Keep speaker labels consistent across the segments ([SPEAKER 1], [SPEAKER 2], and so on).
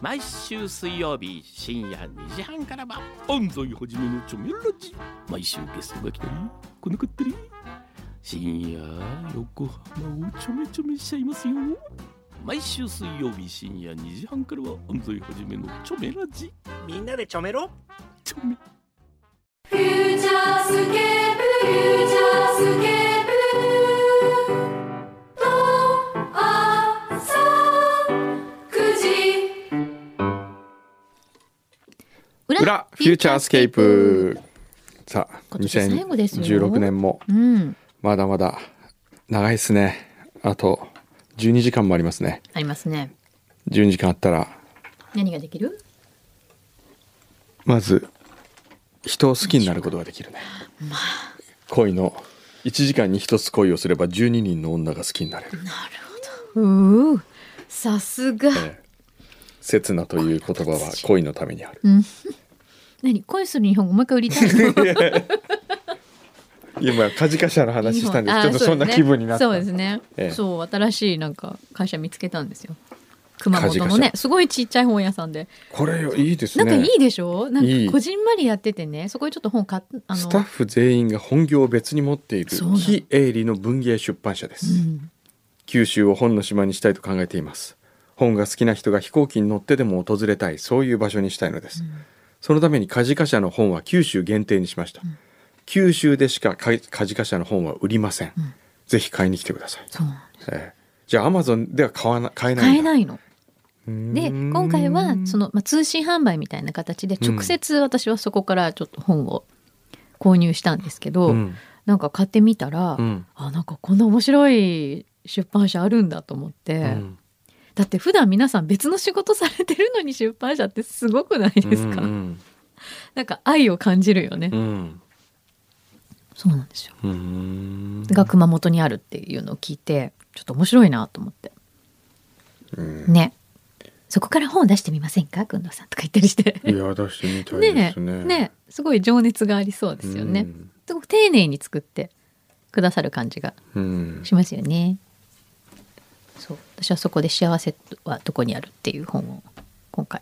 [SPEAKER 1] 毎週水曜日深夜2時半からは安西はじめのチョメラジ毎週ゲストが来たり来なかったり深夜横浜をちょめちょめしちゃいますよ毎週水曜日深夜2時半からは安西はじめのチョメラジ
[SPEAKER 2] みんなでちょめろ
[SPEAKER 1] チョメ
[SPEAKER 3] フューチャースケープフューチャースケープと朝9時
[SPEAKER 4] 裏
[SPEAKER 5] 裏フューチャースケープさあ
[SPEAKER 4] 今年最後ですよ
[SPEAKER 5] 2016年も
[SPEAKER 4] うん
[SPEAKER 5] まだまだ長いですねあと12時間もありますね
[SPEAKER 4] ありますね
[SPEAKER 5] 12時間あったら
[SPEAKER 4] 何ができる
[SPEAKER 5] まず人を好きになることができるね恋の1時間に1つ恋をすれば12人の女が好きになれる、
[SPEAKER 4] ううさすが
[SPEAKER 5] ええ刹那という言葉は恋のためにある
[SPEAKER 4] 何恋する日本語もう一回売りたいの
[SPEAKER 5] 今カジカ社の 話したんです
[SPEAKER 4] あ
[SPEAKER 5] ちょっとそんな気分になった
[SPEAKER 4] そうですね、
[SPEAKER 5] ええ
[SPEAKER 4] そう新しいなんか会社見つけたんですよ熊本の
[SPEAKER 5] カジ
[SPEAKER 4] ね
[SPEAKER 5] カ社
[SPEAKER 4] すごいちっちゃい本屋さんで
[SPEAKER 5] これいいです
[SPEAKER 4] な
[SPEAKER 5] ね
[SPEAKER 4] んかいいでしょ、なん
[SPEAKER 5] いい
[SPEAKER 4] かこじんまりやっててねそこにちょっと本買っあ
[SPEAKER 5] スタッフ全員が本業を別に持っている
[SPEAKER 4] そうなの
[SPEAKER 5] 非営利の文芸出版社です、
[SPEAKER 4] うん
[SPEAKER 5] 九州を本の島にしたいと考えています本が好きな人が飛行機に乗ってでも訪れたいそういう場所にしたいのです、そのためにカジカ社の本は九州限定にしました、九州でしかカカジカ社の本は売りません、ぜひ買いに来てください、
[SPEAKER 4] そう
[SPEAKER 5] ええじゃあアマゾンでは買わな買えない
[SPEAKER 4] 買え
[SPEAKER 5] んだ
[SPEAKER 4] ないの
[SPEAKER 5] で
[SPEAKER 4] で今回はその、まあ、通信販売みたいな形で直接私はそこからちょっと本を購入したんですけど、
[SPEAKER 5] うん
[SPEAKER 4] なんか買ってみたら、
[SPEAKER 5] うん
[SPEAKER 4] あなんかこんな面白い出版社あるんだと思って、
[SPEAKER 5] うん
[SPEAKER 4] だって普段皆さん別の仕事されてるのに出版社ってすごくないですか、
[SPEAKER 5] うん
[SPEAKER 4] なんか愛を感じるよね、
[SPEAKER 5] うん
[SPEAKER 4] そうなんですよ
[SPEAKER 5] うん
[SPEAKER 4] が熊本にあるっていうのを聞いてちょっと面白いなと思って、
[SPEAKER 5] うん
[SPEAKER 4] ねそこから本を出してみませんかくんどうさんとか言ったりして
[SPEAKER 5] いや出してみたいで
[SPEAKER 4] ね
[SPEAKER 5] す
[SPEAKER 4] え
[SPEAKER 5] ね
[SPEAKER 4] ねえすごい情熱がありそうですよね、
[SPEAKER 5] うん
[SPEAKER 4] すごく丁寧に作ってくださる感じが
[SPEAKER 5] うん
[SPEAKER 4] しますよねそう私はそこで「幸せはどこにある」っていう本を今回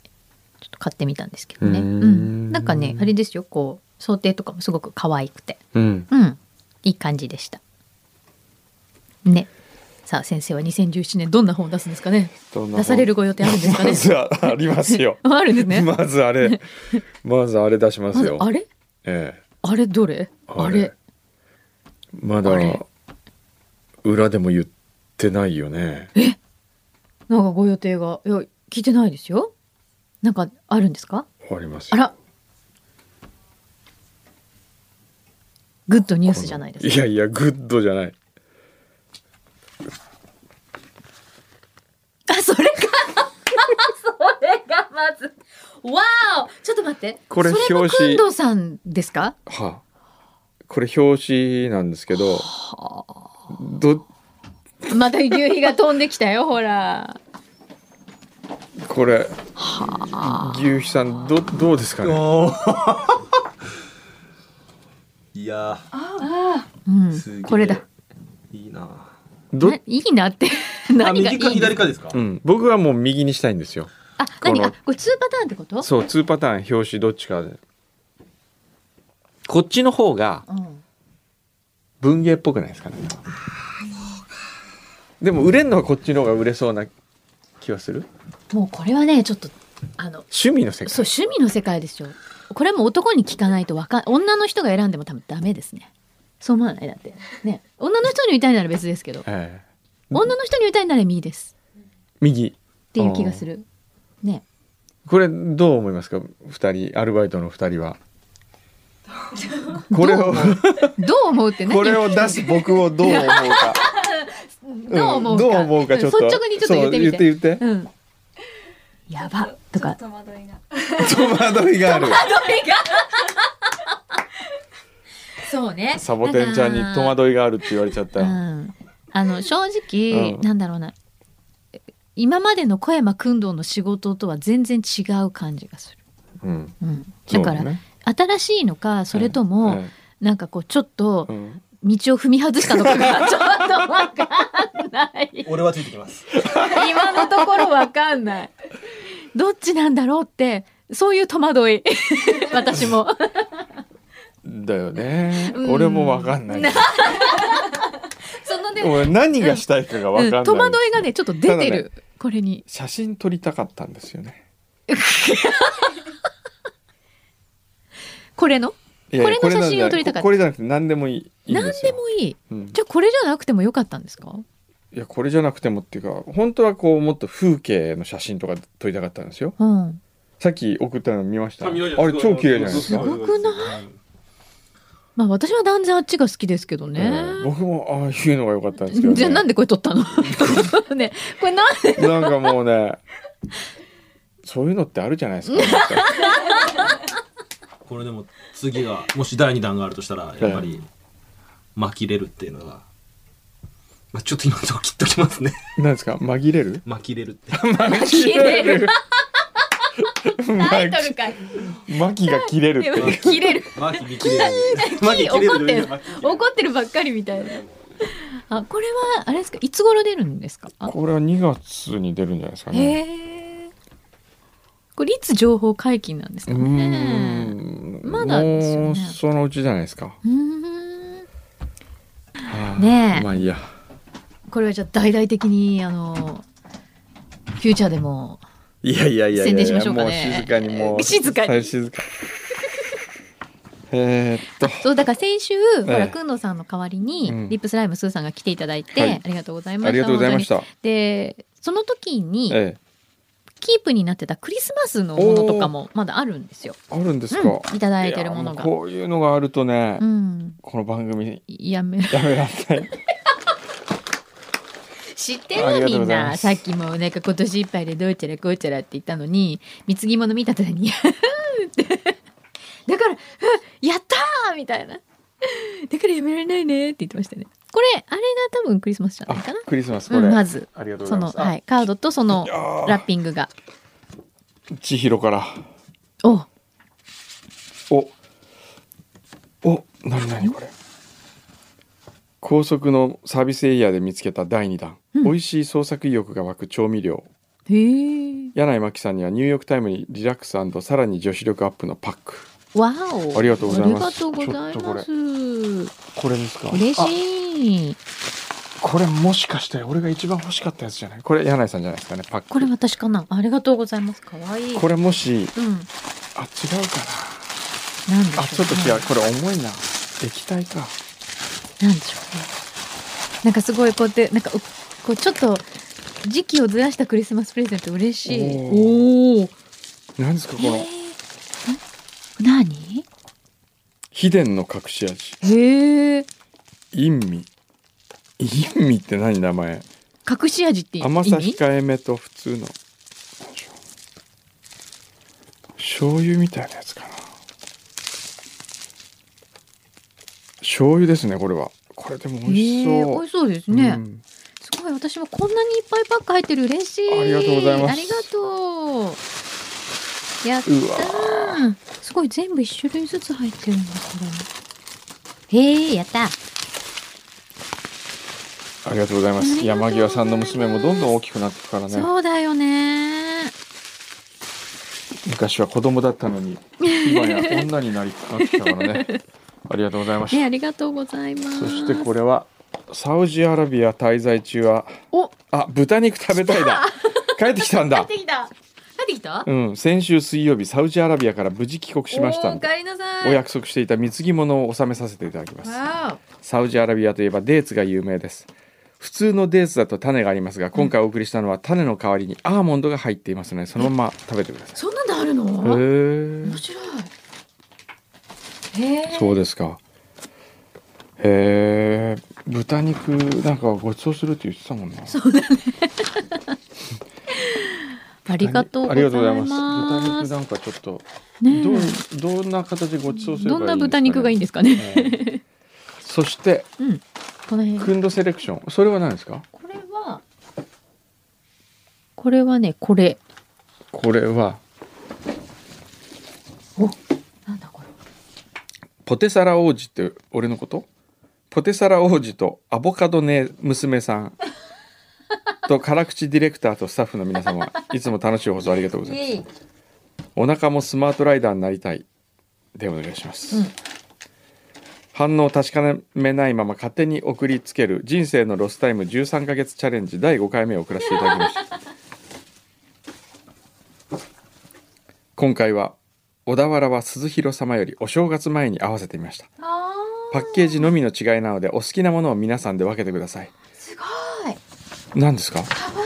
[SPEAKER 4] ちょっと買ってみたんですけどね
[SPEAKER 5] う
[SPEAKER 4] う
[SPEAKER 5] ーん
[SPEAKER 4] ん、なんかねあれですよこう想定とかもすごく可愛くて
[SPEAKER 5] うん
[SPEAKER 4] うんいい感じでしたねさあ先生は2017年どんな本を出すんですかね
[SPEAKER 5] どんな本
[SPEAKER 4] 出されるご予定あるんですかね
[SPEAKER 5] まずは ありますよ
[SPEAKER 4] あるんですね、
[SPEAKER 5] まずあれまずあれ出しま
[SPEAKER 4] ますず
[SPEAKER 5] よ
[SPEAKER 4] あれ
[SPEAKER 5] ええ
[SPEAKER 4] あれどれあれ
[SPEAKER 5] まだ
[SPEAKER 4] あれ
[SPEAKER 5] 裏でも言ってないよね
[SPEAKER 4] なんかご予定がいや聞いてないですよなんかあるんですか
[SPEAKER 5] ありますよ
[SPEAKER 4] あらグッドニュースじゃないです
[SPEAKER 5] い
[SPEAKER 4] か
[SPEAKER 5] やいやグッドじゃない
[SPEAKER 4] あそれかそれがまずわおちょっと待って
[SPEAKER 5] これ
[SPEAKER 4] それも
[SPEAKER 5] 表紙
[SPEAKER 4] 工藤さんですか
[SPEAKER 5] はあこれ表紙なんですけどど
[SPEAKER 4] また牛皮が飛んできたよほら
[SPEAKER 5] これ牛皮さんどどうですかね
[SPEAKER 6] おーいや
[SPEAKER 4] う
[SPEAKER 6] ー
[SPEAKER 4] ん
[SPEAKER 6] すげえ
[SPEAKER 4] これだ
[SPEAKER 6] いいな
[SPEAKER 5] ど
[SPEAKER 4] ないいなって
[SPEAKER 6] あ
[SPEAKER 4] 何がい
[SPEAKER 6] 右
[SPEAKER 4] い
[SPEAKER 6] か左
[SPEAKER 4] か
[SPEAKER 6] かですか、
[SPEAKER 5] うん、僕はもう右にしたいんですよ
[SPEAKER 4] あ何
[SPEAKER 5] この
[SPEAKER 4] あこれ2パターンってこと
[SPEAKER 5] そう2パターン表紙どっちかでこっちの方が
[SPEAKER 4] うん
[SPEAKER 5] 文芸っぽくないですかね。でも売れんのはこっちの方が売れそうな気はする。
[SPEAKER 4] もうこれはねちょっとあの
[SPEAKER 5] 趣味の世
[SPEAKER 4] そう
[SPEAKER 5] 界。
[SPEAKER 4] 趣味の世界ですよこれも男に聞かないとわかん女の人が選んでも多分ダメですねそう思わないだってね女の人に歌いなら別ですけど
[SPEAKER 5] ええ
[SPEAKER 4] 女の人に歌いなら右です
[SPEAKER 5] 右。
[SPEAKER 4] っていう気がするね
[SPEAKER 5] これどう思いますか、二人アルバイトの二人は。これを
[SPEAKER 4] どう思うって何
[SPEAKER 5] これを 出す僕をどう思うか。
[SPEAKER 4] どう思うか,、
[SPEAKER 5] どう思うかちょっと
[SPEAKER 4] 率直にちょっと言ってみて
[SPEAKER 5] そう言って
[SPEAKER 4] うん、やばとか
[SPEAKER 3] 戸惑いが
[SPEAKER 5] 言って。戸惑いがある。
[SPEAKER 4] そうね
[SPEAKER 5] サボテンちゃんに戸惑いがあるって言われちゃった
[SPEAKER 4] う
[SPEAKER 5] よ。
[SPEAKER 4] ん、あの正直、
[SPEAKER 5] うん
[SPEAKER 4] なんだろうな今までの小山君堂の仕事とは全然違う感じがする、
[SPEAKER 5] うん。
[SPEAKER 4] うん、だから、
[SPEAKER 5] そうね
[SPEAKER 4] 新しいのかそれとも、
[SPEAKER 5] え
[SPEAKER 4] なんかこうちょっと
[SPEAKER 5] えうん
[SPEAKER 4] 道を踏み外したのかがちょっとわかんない
[SPEAKER 6] 俺はついてきます
[SPEAKER 4] 今のところわかんないどっちなんだろうってそういう戸惑 い私も
[SPEAKER 5] だよね
[SPEAKER 4] うん
[SPEAKER 5] 俺もわかん ない
[SPEAKER 4] そのね、
[SPEAKER 5] 俺何がしたいかがわかんな
[SPEAKER 4] う
[SPEAKER 5] い
[SPEAKER 4] ん、戸惑いがねちょっと出て
[SPEAKER 5] ただ
[SPEAKER 4] る、これに
[SPEAKER 5] 写真撮りたかったんですよね
[SPEAKER 4] これの
[SPEAKER 5] いやいや
[SPEAKER 4] これの写真を撮りたかった
[SPEAKER 5] これじゃなくて何でもいいいいん
[SPEAKER 4] 何
[SPEAKER 5] です
[SPEAKER 4] で
[SPEAKER 5] よ
[SPEAKER 4] もいい
[SPEAKER 5] うん
[SPEAKER 4] じゃあこれじゃなくてもよかったんですか
[SPEAKER 5] いやこれじゃなくてもっていうか本当はこうもっと風景の写真とか撮りたかったんですよ
[SPEAKER 4] うん
[SPEAKER 5] さっき送ったの見ましたあ
[SPEAKER 6] あ見ま
[SPEAKER 5] れ
[SPEAKER 6] した
[SPEAKER 5] 超綺麗じゃないですか
[SPEAKER 4] すごくないまあ私は断然あっちが好きですけどね、
[SPEAKER 5] うん僕もああいうのが良かったんですけど、ね、
[SPEAKER 4] じゃあなんでこれ撮 ったのねこれなんで
[SPEAKER 5] なんかもうねそういうのってあるじゃないですか
[SPEAKER 6] これでも次がもし第二弾があるとしたらやっぱり巻きれるっていうのが、まあ、ちょっと今ドキッときますね
[SPEAKER 5] なんですか紛れる
[SPEAKER 6] 巻きれるって
[SPEAKER 5] 紛
[SPEAKER 4] れ
[SPEAKER 5] る
[SPEAKER 4] タイトルかい
[SPEAKER 5] 巻きが切れるっていう
[SPEAKER 4] 切れる
[SPEAKER 6] 巻き見切れる 巻
[SPEAKER 4] キー怒ってる
[SPEAKER 6] 巻き切れ
[SPEAKER 4] 怒ってるばっかりみたいなあこれはあれですかいつ頃出るんですか
[SPEAKER 5] これは2月に出るんじゃないですかね
[SPEAKER 4] へえこれいつ情報解禁なんです
[SPEAKER 5] う
[SPEAKER 4] か
[SPEAKER 5] ー
[SPEAKER 4] ね
[SPEAKER 5] ん
[SPEAKER 4] まだですよね
[SPEAKER 5] もうそのうちじゃないですか
[SPEAKER 4] うーん
[SPEAKER 5] はあ
[SPEAKER 4] ねえ
[SPEAKER 5] まあいいや
[SPEAKER 4] これはじゃあ大々的にあのフューチャーでも
[SPEAKER 5] いやいやいやいやいや
[SPEAKER 4] 宣伝しましょうかね
[SPEAKER 5] もう静かにもう
[SPEAKER 4] 静かに
[SPEAKER 5] はい静かえーっと
[SPEAKER 4] そうだから先週、ほ
[SPEAKER 5] え
[SPEAKER 4] ら
[SPEAKER 5] え
[SPEAKER 4] くんのさんの代わりに、
[SPEAKER 5] うん
[SPEAKER 4] リップスライムスーさんが来ていただいて、
[SPEAKER 5] はい
[SPEAKER 4] ありがとうございました
[SPEAKER 5] ありがとうございまし
[SPEAKER 4] 本
[SPEAKER 5] た
[SPEAKER 4] 当にでその時に、
[SPEAKER 5] ええ
[SPEAKER 4] キープになってたクリスマスのものとかもまだあるんですよ、
[SPEAKER 5] あるんですか、
[SPEAKER 4] うん、いただいてるもの
[SPEAKER 5] いや
[SPEAKER 4] が
[SPEAKER 5] うこういうのがあるとね、
[SPEAKER 4] うん
[SPEAKER 5] この番組
[SPEAKER 4] やめ
[SPEAKER 5] やめられない
[SPEAKER 4] 知ってる
[SPEAKER 5] あ
[SPEAKER 4] の
[SPEAKER 5] りがと
[SPEAKER 4] み
[SPEAKER 5] うご
[SPEAKER 4] ん
[SPEAKER 5] ざいま
[SPEAKER 4] な
[SPEAKER 5] す
[SPEAKER 4] さっきもなんか今年いっぱいでどうちゃらこうちゃらって言ったのに貢ぎ物見た時に「や ーってだから「やったー!」みたいな「だからやめられないね」って言ってましたねこれあれが多分クリスマスじゃ
[SPEAKER 5] あ
[SPEAKER 4] ないかな
[SPEAKER 5] クリスマスこ
[SPEAKER 4] う
[SPEAKER 5] れ、
[SPEAKER 4] ん、まず
[SPEAKER 5] ありがとうご
[SPEAKER 4] そ
[SPEAKER 5] ざい
[SPEAKER 4] の、
[SPEAKER 5] ます
[SPEAKER 4] はい、カードとその
[SPEAKER 5] いやー
[SPEAKER 4] ラッピングが
[SPEAKER 5] 千尋から
[SPEAKER 4] お
[SPEAKER 5] おおなになにこれ高速のサービスエリアで見つけた第2弾、
[SPEAKER 4] うん
[SPEAKER 5] 美味しい創作意欲が湧く調味料
[SPEAKER 4] へえ
[SPEAKER 5] 柳井真紀さんにはニューヨークタイムにリラックスさらに女子力アップのパック
[SPEAKER 4] わお
[SPEAKER 5] ありがとうございます
[SPEAKER 4] ありがとうございます
[SPEAKER 5] これですか
[SPEAKER 4] 嬉
[SPEAKER 5] あ
[SPEAKER 4] しい
[SPEAKER 5] これもしかして俺が一番欲しかったやつじゃないこれ柳井さんじゃないですかねパック
[SPEAKER 4] これ私かなありがとうございますかわいい
[SPEAKER 5] これもし
[SPEAKER 4] うん
[SPEAKER 5] あ違うか
[SPEAKER 4] なんでしょう
[SPEAKER 5] なあちょっと違うこれ重いな液体か
[SPEAKER 4] なんでしょうね。なんかすごいこうやってなんかうこうちょっと時期をずらしたクリスマスプレゼント嬉しい。
[SPEAKER 5] お
[SPEAKER 4] おお。
[SPEAKER 5] 何ですかこ
[SPEAKER 4] えー
[SPEAKER 5] の
[SPEAKER 4] ん 何？
[SPEAKER 5] 秘伝の隠し味
[SPEAKER 4] へえ。
[SPEAKER 5] 陰味陰味って何名前
[SPEAKER 4] 隠し味って意味？
[SPEAKER 5] 甘さ控えめと普通の醤油みたいなやつかな醤油ですねこれはこれでも美味しそう、
[SPEAKER 4] へー美味しそうですね、
[SPEAKER 5] うん
[SPEAKER 4] すごい私もこんなにいっぱいパック入ってる嬉しい
[SPEAKER 5] ありがとうございます
[SPEAKER 4] ありがとうやった
[SPEAKER 5] うわ
[SPEAKER 4] ーすごい全部一種類ずつ入ってるんだこれへえやった
[SPEAKER 5] ありがとうございま
[SPEAKER 4] あ
[SPEAKER 5] す
[SPEAKER 4] りがとうご
[SPEAKER 5] 山
[SPEAKER 4] ざいます
[SPEAKER 5] 際さんの娘もどんどん大きくなっていくからね
[SPEAKER 4] そうだよね
[SPEAKER 5] 昔は子供だったのに今や女になりなってきたから ねありがとうございまし
[SPEAKER 4] ね
[SPEAKER 5] た
[SPEAKER 4] ありがとうございます
[SPEAKER 5] そしてこれはサウジアラビア滞在中は
[SPEAKER 4] お
[SPEAKER 5] あ豚肉食べた いだ帰ってきたん
[SPEAKER 4] 帰っ
[SPEAKER 5] だ
[SPEAKER 4] てきた帰ってきた
[SPEAKER 5] うん先週水曜日サウジアラビアから無事帰国しました
[SPEAKER 4] おー
[SPEAKER 5] ん
[SPEAKER 4] お
[SPEAKER 5] で
[SPEAKER 4] かえりなさい
[SPEAKER 5] お約束していた貢ぎ物を納めさせていただきます
[SPEAKER 4] わ
[SPEAKER 5] サウジアラビアといえばデーツが有名です普通のデーツだと種がありますが今回お送りしたのは種の代わりにアーモンドが入っていますのでそのまま食べてくだ
[SPEAKER 4] お
[SPEAKER 5] さい
[SPEAKER 4] そんなんであるの
[SPEAKER 5] へ
[SPEAKER 4] 面
[SPEAKER 5] ー
[SPEAKER 4] 白いへえ
[SPEAKER 5] そうですかへえ豚肉なんかごちそうするって言ってたもんな
[SPEAKER 4] ありがとうござ
[SPEAKER 5] あり
[SPEAKER 4] い
[SPEAKER 5] がとうござい
[SPEAKER 4] ま
[SPEAKER 5] ますす豚肉なんかちょっと
[SPEAKER 4] ねえ
[SPEAKER 5] どうどんな形でごちそうすれば
[SPEAKER 4] ど
[SPEAKER 5] いい
[SPEAKER 4] んな豚肉がいいん
[SPEAKER 5] で
[SPEAKER 4] ですかね
[SPEAKER 5] すかね、ええ そして
[SPEAKER 4] うん この辺
[SPEAKER 5] クンドセレクションそれは何ですか
[SPEAKER 4] これはこれはねこれ
[SPEAKER 5] これは
[SPEAKER 4] なんだこれ
[SPEAKER 5] ポテサラ王子って俺のことポテサラ王子とアボカドね娘さんと辛口ディレクターとスタッフの皆様いつも楽しい放送ありがとうございます
[SPEAKER 4] イエイ
[SPEAKER 5] お腹もスマートライダーになりたいでお願いします、
[SPEAKER 4] うん
[SPEAKER 5] 反応を確かめないまま勝手に送りつける人生のロスタイム13ヶ月チャレンジ第5回目を送らせていただきました今回は小田原は鈴広様よりお正月前に合わせてみました
[SPEAKER 4] あ
[SPEAKER 5] パッケージのみの違いなのでお好きなものを皆さんで分けてください
[SPEAKER 4] ーすごい
[SPEAKER 5] 何ですか
[SPEAKER 4] かわ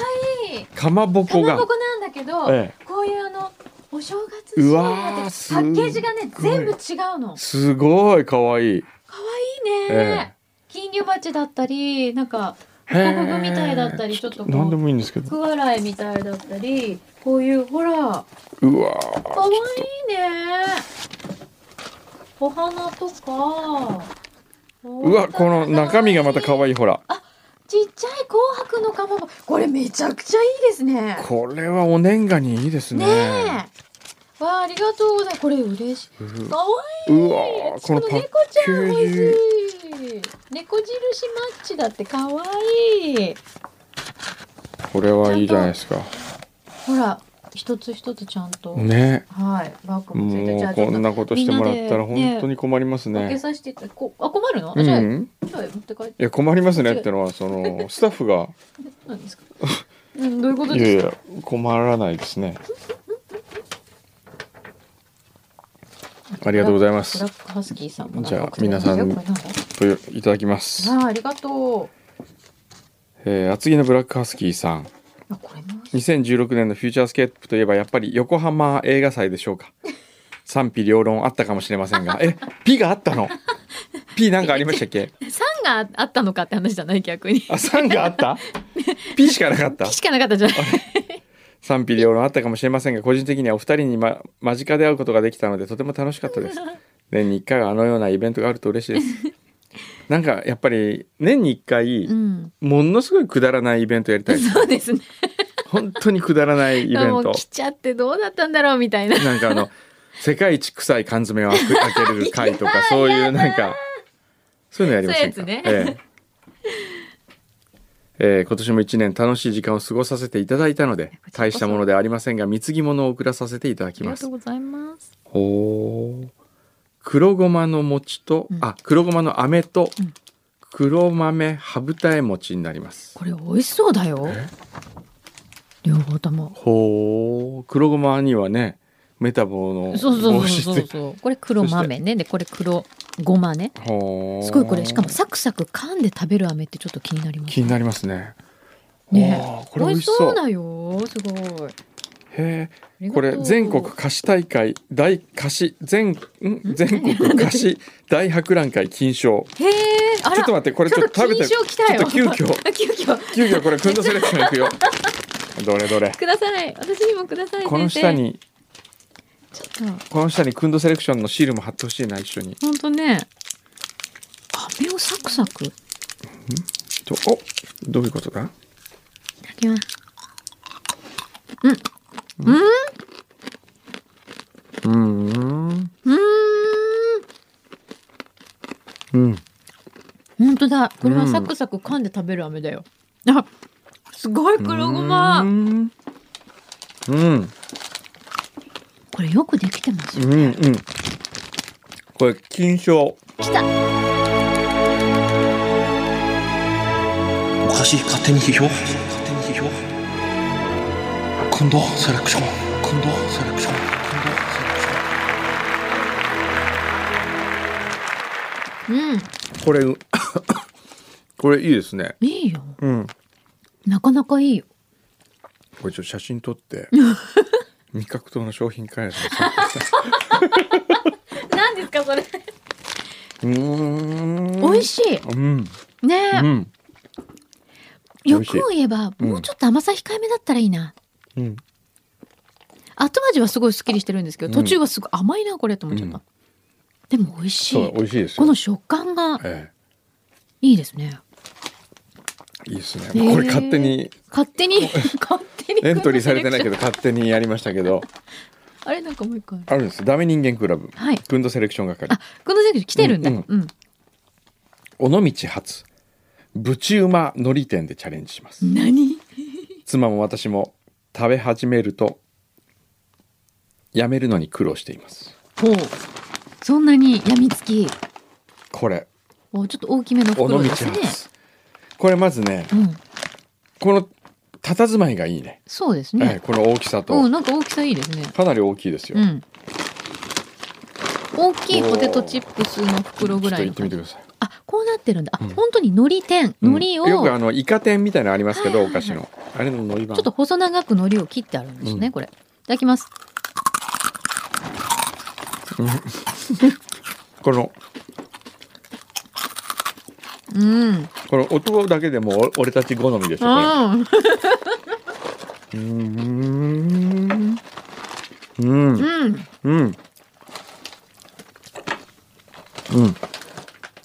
[SPEAKER 4] いい
[SPEAKER 5] かまぼ
[SPEAKER 4] か
[SPEAKER 5] こ
[SPEAKER 4] ま
[SPEAKER 5] が
[SPEAKER 4] ぼこなんだけど、
[SPEAKER 5] え
[SPEAKER 4] こういうあのお正月仕
[SPEAKER 5] う
[SPEAKER 4] 様
[SPEAKER 5] わー
[SPEAKER 4] でパ
[SPEAKER 5] すっごい
[SPEAKER 4] ッケージがね全部違うの
[SPEAKER 5] すごいかわいい
[SPEAKER 4] かわいいね、金魚鉢だったりなんか
[SPEAKER 5] へー
[SPEAKER 4] 箱組みたいだったりちょっとこう
[SPEAKER 5] 何でもいいんですけど
[SPEAKER 4] 福笑いみたいだったりこういうほら
[SPEAKER 5] うわ
[SPEAKER 4] かわ
[SPEAKER 5] ー
[SPEAKER 4] いいねお花とか
[SPEAKER 5] うわこの中身がまたかわ
[SPEAKER 4] いい
[SPEAKER 5] いいほら
[SPEAKER 4] ちっちゃい紅白のかまぼここれめちゃくちゃいいですね
[SPEAKER 5] これはお年賀にいいですね
[SPEAKER 4] ねえわあありがとうございますこれ嬉しいかわいいう
[SPEAKER 5] わーこのパッ
[SPEAKER 4] 猫ちゃ
[SPEAKER 5] ケ
[SPEAKER 4] ん
[SPEAKER 5] ー
[SPEAKER 4] 欲し
[SPEAKER 5] ジ
[SPEAKER 4] い猫印マッチだってかわいい
[SPEAKER 5] これはいいじゃないですか
[SPEAKER 4] ほら一つ一つちゃんと、
[SPEAKER 5] ね
[SPEAKER 4] はいバッグもついてじゃ
[SPEAKER 5] もう
[SPEAKER 4] あちょっ
[SPEAKER 5] こんなことしてもらったら
[SPEAKER 4] みんなでね
[SPEAKER 5] 本当に困ります
[SPEAKER 4] 開け
[SPEAKER 5] ね
[SPEAKER 4] させていただこあ困るの、
[SPEAKER 5] う
[SPEAKER 4] じゃあ
[SPEAKER 5] ん
[SPEAKER 4] じゃあ持って帰って
[SPEAKER 5] いや困りますねってのは そのスタッフが
[SPEAKER 4] なんです かうんどういうこと
[SPEAKER 5] いやい
[SPEAKER 4] ですか
[SPEAKER 5] や困らないですねありがとうございま
[SPEAKER 4] ブ
[SPEAKER 5] す
[SPEAKER 4] ラックハスキーさんも
[SPEAKER 5] じゃあ皆さん
[SPEAKER 4] よくなんか
[SPEAKER 5] といういただきます
[SPEAKER 4] あーありがとう
[SPEAKER 5] えー厚木のブラックハスキーさん
[SPEAKER 4] あこれも美味しい
[SPEAKER 5] 2016年のフューチャースケープといえばやっぱり横浜映画祭でしょうか賛否両論あったかもしれませんがえ P があったの P なんかありましたっけ
[SPEAKER 4] 酸があったのかって話じゃない逆に
[SPEAKER 5] あ3があった P しかなかった
[SPEAKER 4] しかなかったじゃない
[SPEAKER 5] 賛否両論あったかもしれませんが個人的にはお二人に、ま、間近で会うことができたのでとても楽しかったです年に1回はあのようなイベントがあると嬉しいですなんかやっぱり年に1回
[SPEAKER 4] うん
[SPEAKER 5] ものすごいくだらないイベントやりたいです
[SPEAKER 4] そうですね
[SPEAKER 5] 本当にくだらないイベン
[SPEAKER 4] もう
[SPEAKER 5] ト
[SPEAKER 4] 来ちゃってどうだったんだろうみたいな
[SPEAKER 5] なんかあの世界一臭い缶詰を開く開ける会 とかそういうなんかそういうのやりませんか
[SPEAKER 4] そういうやつね
[SPEAKER 5] えええー今年も一年楽しい時間を過ごさせていただいたので大したものではありませんが貢ぎ物を送らさせていただ
[SPEAKER 4] あ
[SPEAKER 5] きます
[SPEAKER 4] ございます
[SPEAKER 5] ほう黒ごまの餅と、
[SPEAKER 4] うん
[SPEAKER 5] あ黒ごまの飴と、
[SPEAKER 4] うん
[SPEAKER 5] 黒豆羽二重餅になります
[SPEAKER 4] これ美味しそうだよ両方とも
[SPEAKER 5] ほう黒ごまにはねメタボの
[SPEAKER 4] そうそう
[SPEAKER 5] 防
[SPEAKER 4] そうそ
[SPEAKER 5] 止っ
[SPEAKER 4] う
[SPEAKER 5] て
[SPEAKER 4] そうこれ黒豆ねでこれ黒ごまね
[SPEAKER 5] ほう
[SPEAKER 4] すごいこれしかもサクサク噛んで食べる飴ってちょっと気になります
[SPEAKER 5] 気になりますね
[SPEAKER 4] ね
[SPEAKER 5] おーこれ美味しそう
[SPEAKER 4] だよすごい
[SPEAKER 5] へ
[SPEAKER 4] あ
[SPEAKER 5] え
[SPEAKER 4] りがとう
[SPEAKER 5] これ全国菓子大会大菓子全ん全国菓 子大博覧会金賞
[SPEAKER 4] へえあら
[SPEAKER 5] ちょっと待ってこれちょっと食べて
[SPEAKER 4] ちょっと金賞来たよ
[SPEAKER 5] ちょっと急遽
[SPEAKER 4] 急遽
[SPEAKER 5] 急遽これくんどセレクションいくよどれ どれ
[SPEAKER 4] ください私にもください
[SPEAKER 5] この
[SPEAKER 4] 先生
[SPEAKER 5] 下に
[SPEAKER 4] ちょっと
[SPEAKER 5] この下にくんどセレクションのシールも貼ってほしいな一緒に
[SPEAKER 4] ほんとね飴をサクサクい
[SPEAKER 5] とおどういうことだ
[SPEAKER 4] ただきます
[SPEAKER 5] うーん
[SPEAKER 4] うーん
[SPEAKER 5] うん
[SPEAKER 4] ほんとだこれはサクサク噛んで食べる飴だよ、あすごい黒ご
[SPEAKER 5] うー
[SPEAKER 4] ま
[SPEAKER 5] んうん
[SPEAKER 4] これよくできてます
[SPEAKER 5] う
[SPEAKER 4] よ
[SPEAKER 5] んうんこれ金賞
[SPEAKER 4] 来た
[SPEAKER 6] おかしい勝手に批評勝手に批評今度セレクション今度セレクション今度セレクション
[SPEAKER 4] う
[SPEAKER 5] これ これいいですね
[SPEAKER 4] んいいよ
[SPEAKER 5] うん
[SPEAKER 4] なかなかいいよ
[SPEAKER 5] これちょっと写真撮って味覚糖の商品開発
[SPEAKER 4] なんですかそれ
[SPEAKER 5] うーん
[SPEAKER 4] 美味し
[SPEAKER 5] うん
[SPEAKER 4] いねえ、
[SPEAKER 5] うん美
[SPEAKER 4] よ
[SPEAKER 5] 味しい
[SPEAKER 4] くを言えば、
[SPEAKER 5] うん
[SPEAKER 4] もうちょっと甘さ控えめだったらいいな
[SPEAKER 5] うん
[SPEAKER 4] 後味はすごいすっきりしてるんですけど
[SPEAKER 5] うん
[SPEAKER 4] 途中はすごい甘いなこれと思っちゃった、でも美味し
[SPEAKER 5] そ
[SPEAKER 4] いう
[SPEAKER 5] 美味しいです
[SPEAKER 4] こ
[SPEAKER 5] よ
[SPEAKER 4] の食感が
[SPEAKER 5] え
[SPEAKER 4] いいですね
[SPEAKER 5] えいいですね
[SPEAKER 4] へえ
[SPEAKER 5] これ勝手に
[SPEAKER 4] 勝手に 勝手に
[SPEAKER 5] エントリーされてないけ
[SPEAKER 4] ど
[SPEAKER 5] ど勝手にやりましたけど
[SPEAKER 4] あれなんかもう一個ある
[SPEAKER 5] あるんですダメ人間クラブ
[SPEAKER 4] はい
[SPEAKER 5] くんどセレクション係
[SPEAKER 4] あこの選手来てるんだ
[SPEAKER 5] う
[SPEAKER 4] うん
[SPEAKER 5] うん
[SPEAKER 4] ん、
[SPEAKER 5] 尾道発ぶちうまのり店でチャレンジします
[SPEAKER 4] 何
[SPEAKER 5] 妻も私も食べ始めるとやめるのに苦労しています
[SPEAKER 4] ほうそんなにやみつき
[SPEAKER 5] これ
[SPEAKER 4] おちょっと大きめの
[SPEAKER 5] 尾道
[SPEAKER 4] 袋
[SPEAKER 5] ハ
[SPEAKER 4] ですね
[SPEAKER 5] ウスこれまずね
[SPEAKER 4] うん
[SPEAKER 5] この佇まいがいいね、
[SPEAKER 4] そうです
[SPEAKER 5] ええ
[SPEAKER 4] ね
[SPEAKER 5] この大きさ
[SPEAKER 4] う
[SPEAKER 5] と
[SPEAKER 4] んなんか大きさいいですね
[SPEAKER 5] かなり大きいですよ、
[SPEAKER 4] うん大きいポテトチップスの袋ぐらい
[SPEAKER 5] ちょ
[SPEAKER 4] の
[SPEAKER 5] っと
[SPEAKER 4] 感
[SPEAKER 5] 行っ
[SPEAKER 4] じ
[SPEAKER 5] てみてください
[SPEAKER 4] あこうなってるんだあ、本当に海苔天
[SPEAKER 5] うん
[SPEAKER 4] 海苔を、
[SPEAKER 5] よくあのイカ天みたいなのありますけど、
[SPEAKER 4] はいはいはい
[SPEAKER 5] お菓子のあれの海苔版
[SPEAKER 4] ちょっと細長く海苔を切ってあるんですね、これ。いただきます。
[SPEAKER 5] この
[SPEAKER 4] うん。
[SPEAKER 5] この音だけでもお俺たち好みでしょこれ
[SPEAKER 4] うん。
[SPEAKER 5] うーんうん
[SPEAKER 4] うん。
[SPEAKER 5] うんうん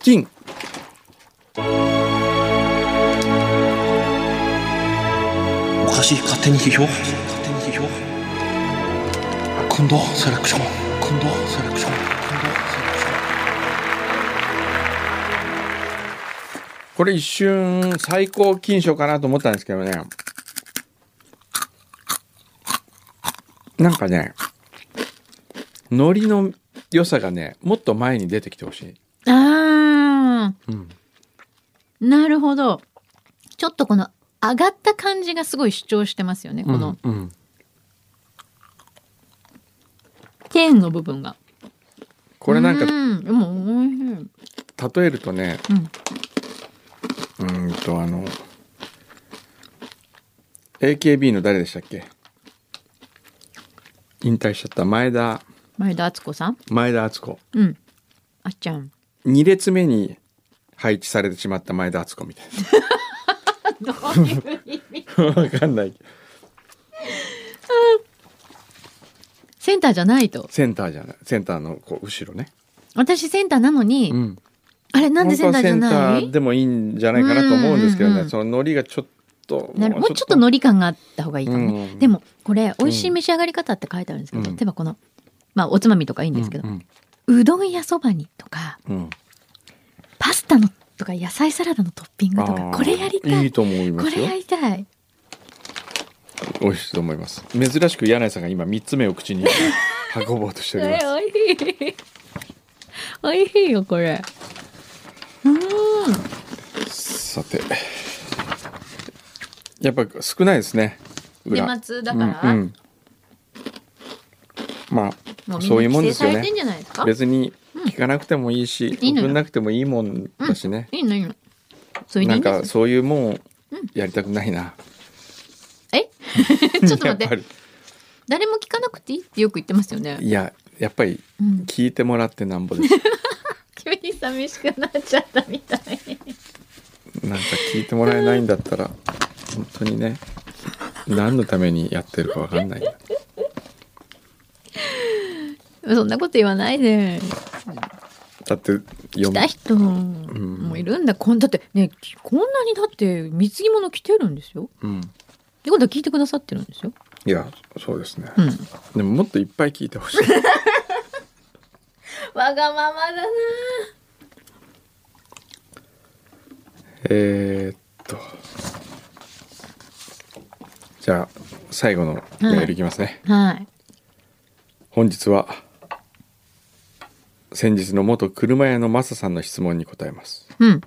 [SPEAKER 5] 金
[SPEAKER 6] おかしい勝手に批評勝手に批評今度セレクション今度セレクション今度セレクション
[SPEAKER 5] これ一瞬最高金賞かなと思ったんですけどねなんかね海苔の良さがねもっと前に出てきてほしい、
[SPEAKER 4] あ
[SPEAKER 5] う
[SPEAKER 4] ー、
[SPEAKER 5] ん、
[SPEAKER 4] なるほど。ちょっとこの上がった感じがすごい主張してますよね。この
[SPEAKER 5] うんうん
[SPEAKER 4] 天の部分が。
[SPEAKER 5] これなんか
[SPEAKER 4] うん。でも美味しい。うん。
[SPEAKER 5] 例えるとねうーんとあの AKB の誰でしたっけ引退しちゃった前田
[SPEAKER 4] 前田敦子さん
[SPEAKER 5] 前田敦子
[SPEAKER 4] うん。あっちゃん。
[SPEAKER 5] 2列目に配置されてしまった前田敦子みたい
[SPEAKER 4] どういう意味
[SPEAKER 5] な わかんない
[SPEAKER 4] センターじゃないと。
[SPEAKER 5] センターじゃないセンターのこう後ろね、
[SPEAKER 4] 私センターなのに、
[SPEAKER 5] うん、
[SPEAKER 4] あれなんでセンターじゃ
[SPEAKER 5] 本当
[SPEAKER 4] な
[SPEAKER 5] はセンター
[SPEAKER 4] い
[SPEAKER 5] でもいいんじゃないかなと思うんですけどね、
[SPEAKER 4] うんうんうん
[SPEAKER 5] そのノリがちょっと
[SPEAKER 4] なるもうちょっと海苔感があった方がいいかもね、
[SPEAKER 5] うん
[SPEAKER 4] でもこれ美味しい召し上がり方って書いてあるんですけど、
[SPEAKER 5] うん
[SPEAKER 4] 例えばこのまあおつまみとかいいんですけど、う
[SPEAKER 5] うん
[SPEAKER 4] どんやそばにとか
[SPEAKER 5] うんうん
[SPEAKER 4] パスタのとか野菜サラダのトッピングとか
[SPEAKER 5] あー
[SPEAKER 4] これやりたい
[SPEAKER 5] いいと思い
[SPEAKER 4] こ
[SPEAKER 5] ます
[SPEAKER 4] れ
[SPEAKER 5] よ
[SPEAKER 4] やりたい
[SPEAKER 5] 美味しいと思います珍しく柳井さんが今3つ目を口に運ぼうとして
[SPEAKER 4] こ
[SPEAKER 5] おりま
[SPEAKER 4] れ
[SPEAKER 5] す
[SPEAKER 4] 美味しい美味しいよこれうー
[SPEAKER 5] さてやっぱ少ないですね
[SPEAKER 4] ん
[SPEAKER 5] 裏
[SPEAKER 4] 年末だから、
[SPEAKER 5] うんうんま
[SPEAKER 4] も
[SPEAKER 5] あ
[SPEAKER 4] う
[SPEAKER 5] そういう
[SPEAKER 4] みんな
[SPEAKER 5] もん
[SPEAKER 4] 規制
[SPEAKER 5] です
[SPEAKER 4] さ
[SPEAKER 5] よ
[SPEAKER 4] れ
[SPEAKER 5] ね
[SPEAKER 4] てんじゃないですか
[SPEAKER 5] 別に聞かなくてもいいし、
[SPEAKER 4] いいのよ
[SPEAKER 5] 送んなくてもいいもんだしね、
[SPEAKER 4] いいのいいのそれで
[SPEAKER 5] ない
[SPEAKER 4] い
[SPEAKER 5] ん
[SPEAKER 4] ん
[SPEAKER 5] か
[SPEAKER 4] です
[SPEAKER 5] そういうもんやりたくないな、
[SPEAKER 4] えちょっと待
[SPEAKER 5] や
[SPEAKER 4] っ
[SPEAKER 5] ぱ
[SPEAKER 4] て
[SPEAKER 5] り
[SPEAKER 4] 誰も聞かなくていいってよく言ってますよね
[SPEAKER 5] いややっぱり
[SPEAKER 4] うん
[SPEAKER 5] 聞いてもらってなんぼです、
[SPEAKER 4] 急に寂しくなっちゃったみたい
[SPEAKER 5] なんか聞いてもらえないんだったら本当にね何のためにやってるかわかんない
[SPEAKER 4] そんなこと言わないで
[SPEAKER 5] だって読
[SPEAKER 4] 来た人もいるんだこんだってねこんなにだって貢ぎ物来てるんですよ
[SPEAKER 5] む、うん、
[SPEAKER 4] ってことは聞いてくださってるんですよ
[SPEAKER 5] いやそうですね、
[SPEAKER 4] うん
[SPEAKER 5] でももっといっぱい聞いてほしい
[SPEAKER 4] わがままだな
[SPEAKER 5] えーっとじゃあ最後のメールいきますね、
[SPEAKER 4] はい
[SPEAKER 5] 本日は先日の元車屋のマサさんの質問に答えます
[SPEAKER 4] うん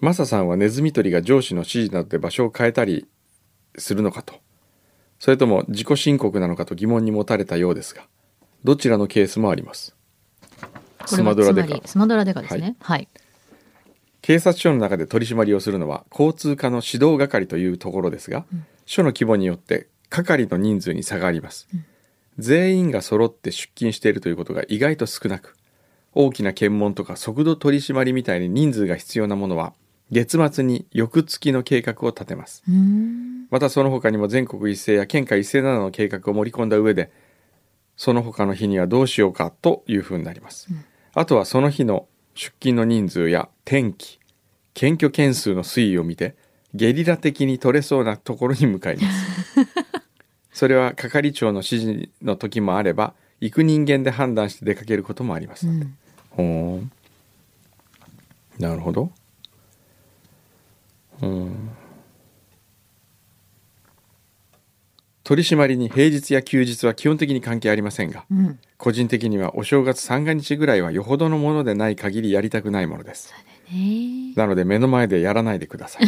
[SPEAKER 5] マサさんはネズミ捕りが上司の指示などで場所を変えたりするのかとそれとも自己申告なのかと疑問に持たれたようですがどちらのケースもあります
[SPEAKER 4] こ
[SPEAKER 5] ス
[SPEAKER 4] れ
[SPEAKER 5] マ
[SPEAKER 4] は
[SPEAKER 5] ドラ
[SPEAKER 4] つ
[SPEAKER 5] デ
[SPEAKER 4] ま
[SPEAKER 5] カ
[SPEAKER 4] りスマドラデカですねはい
[SPEAKER 5] 警察署の中で取り締まりをするのは交通課の指導係というところですが、署の規模によって係の人数に差があります、全員が揃って出勤しているということが意外と少なく大きな検問とか速度取り締まりみたいに人数が必要なものは月末に翌月の計画を立てます
[SPEAKER 4] うーん
[SPEAKER 5] またその他にも全国一斉や県下一斉などの計画を盛り込んだ上でその他の日にはどうしようかというふうになります、あとはその日の出勤の人数や天気検挙件数の推移を見てゲリラ的に取れそうなところに向かいますそれは係長の指示の時もあれば行く人間で判断して出かけることもあります、
[SPEAKER 4] うん
[SPEAKER 5] ほーんなるほどうーん取り締まりに平日や休日は基本的に関係ありませんが、
[SPEAKER 4] うん
[SPEAKER 5] 個人的にはお正月三が日ぐらいはよほどのものでない限りやりたくないものです
[SPEAKER 4] ねえ
[SPEAKER 5] なので目の前でやらないでく ださい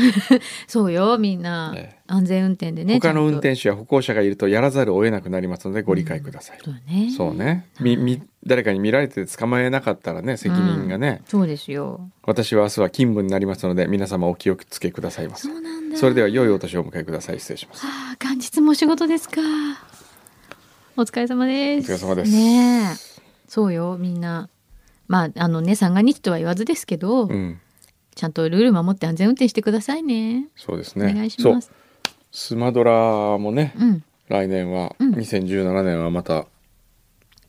[SPEAKER 4] そうよみんな、
[SPEAKER 5] え
[SPEAKER 4] 安全運転でね
[SPEAKER 5] 他の運
[SPEAKER 4] ち
[SPEAKER 5] 転手や歩行者がいるとやらざるを得なくなりますのでご理解ください
[SPEAKER 4] ゃん、とそうね
[SPEAKER 5] そうね みみ 誰かに見られて捕まえなかったらね責任がね、
[SPEAKER 4] そうですよ
[SPEAKER 5] 私は明日は勤務になりますので皆様お気をつけくださいませ
[SPEAKER 4] そうなんだ
[SPEAKER 5] それでは良いお年をお迎えください失礼します
[SPEAKER 4] ああ元日もお仕事ですかお疲れ様です
[SPEAKER 5] お疲れ様です
[SPEAKER 4] ねえそうよみんなまああのね三が日とは言わずですけど、
[SPEAKER 5] うん
[SPEAKER 4] ちゃんとルール守って安全運転してくださいね
[SPEAKER 5] そうです
[SPEAKER 4] お
[SPEAKER 5] ね
[SPEAKER 4] 願いします
[SPEAKER 5] そうスマドラもね、
[SPEAKER 4] うん
[SPEAKER 5] 来年は、
[SPEAKER 4] うん
[SPEAKER 5] 2017年はまた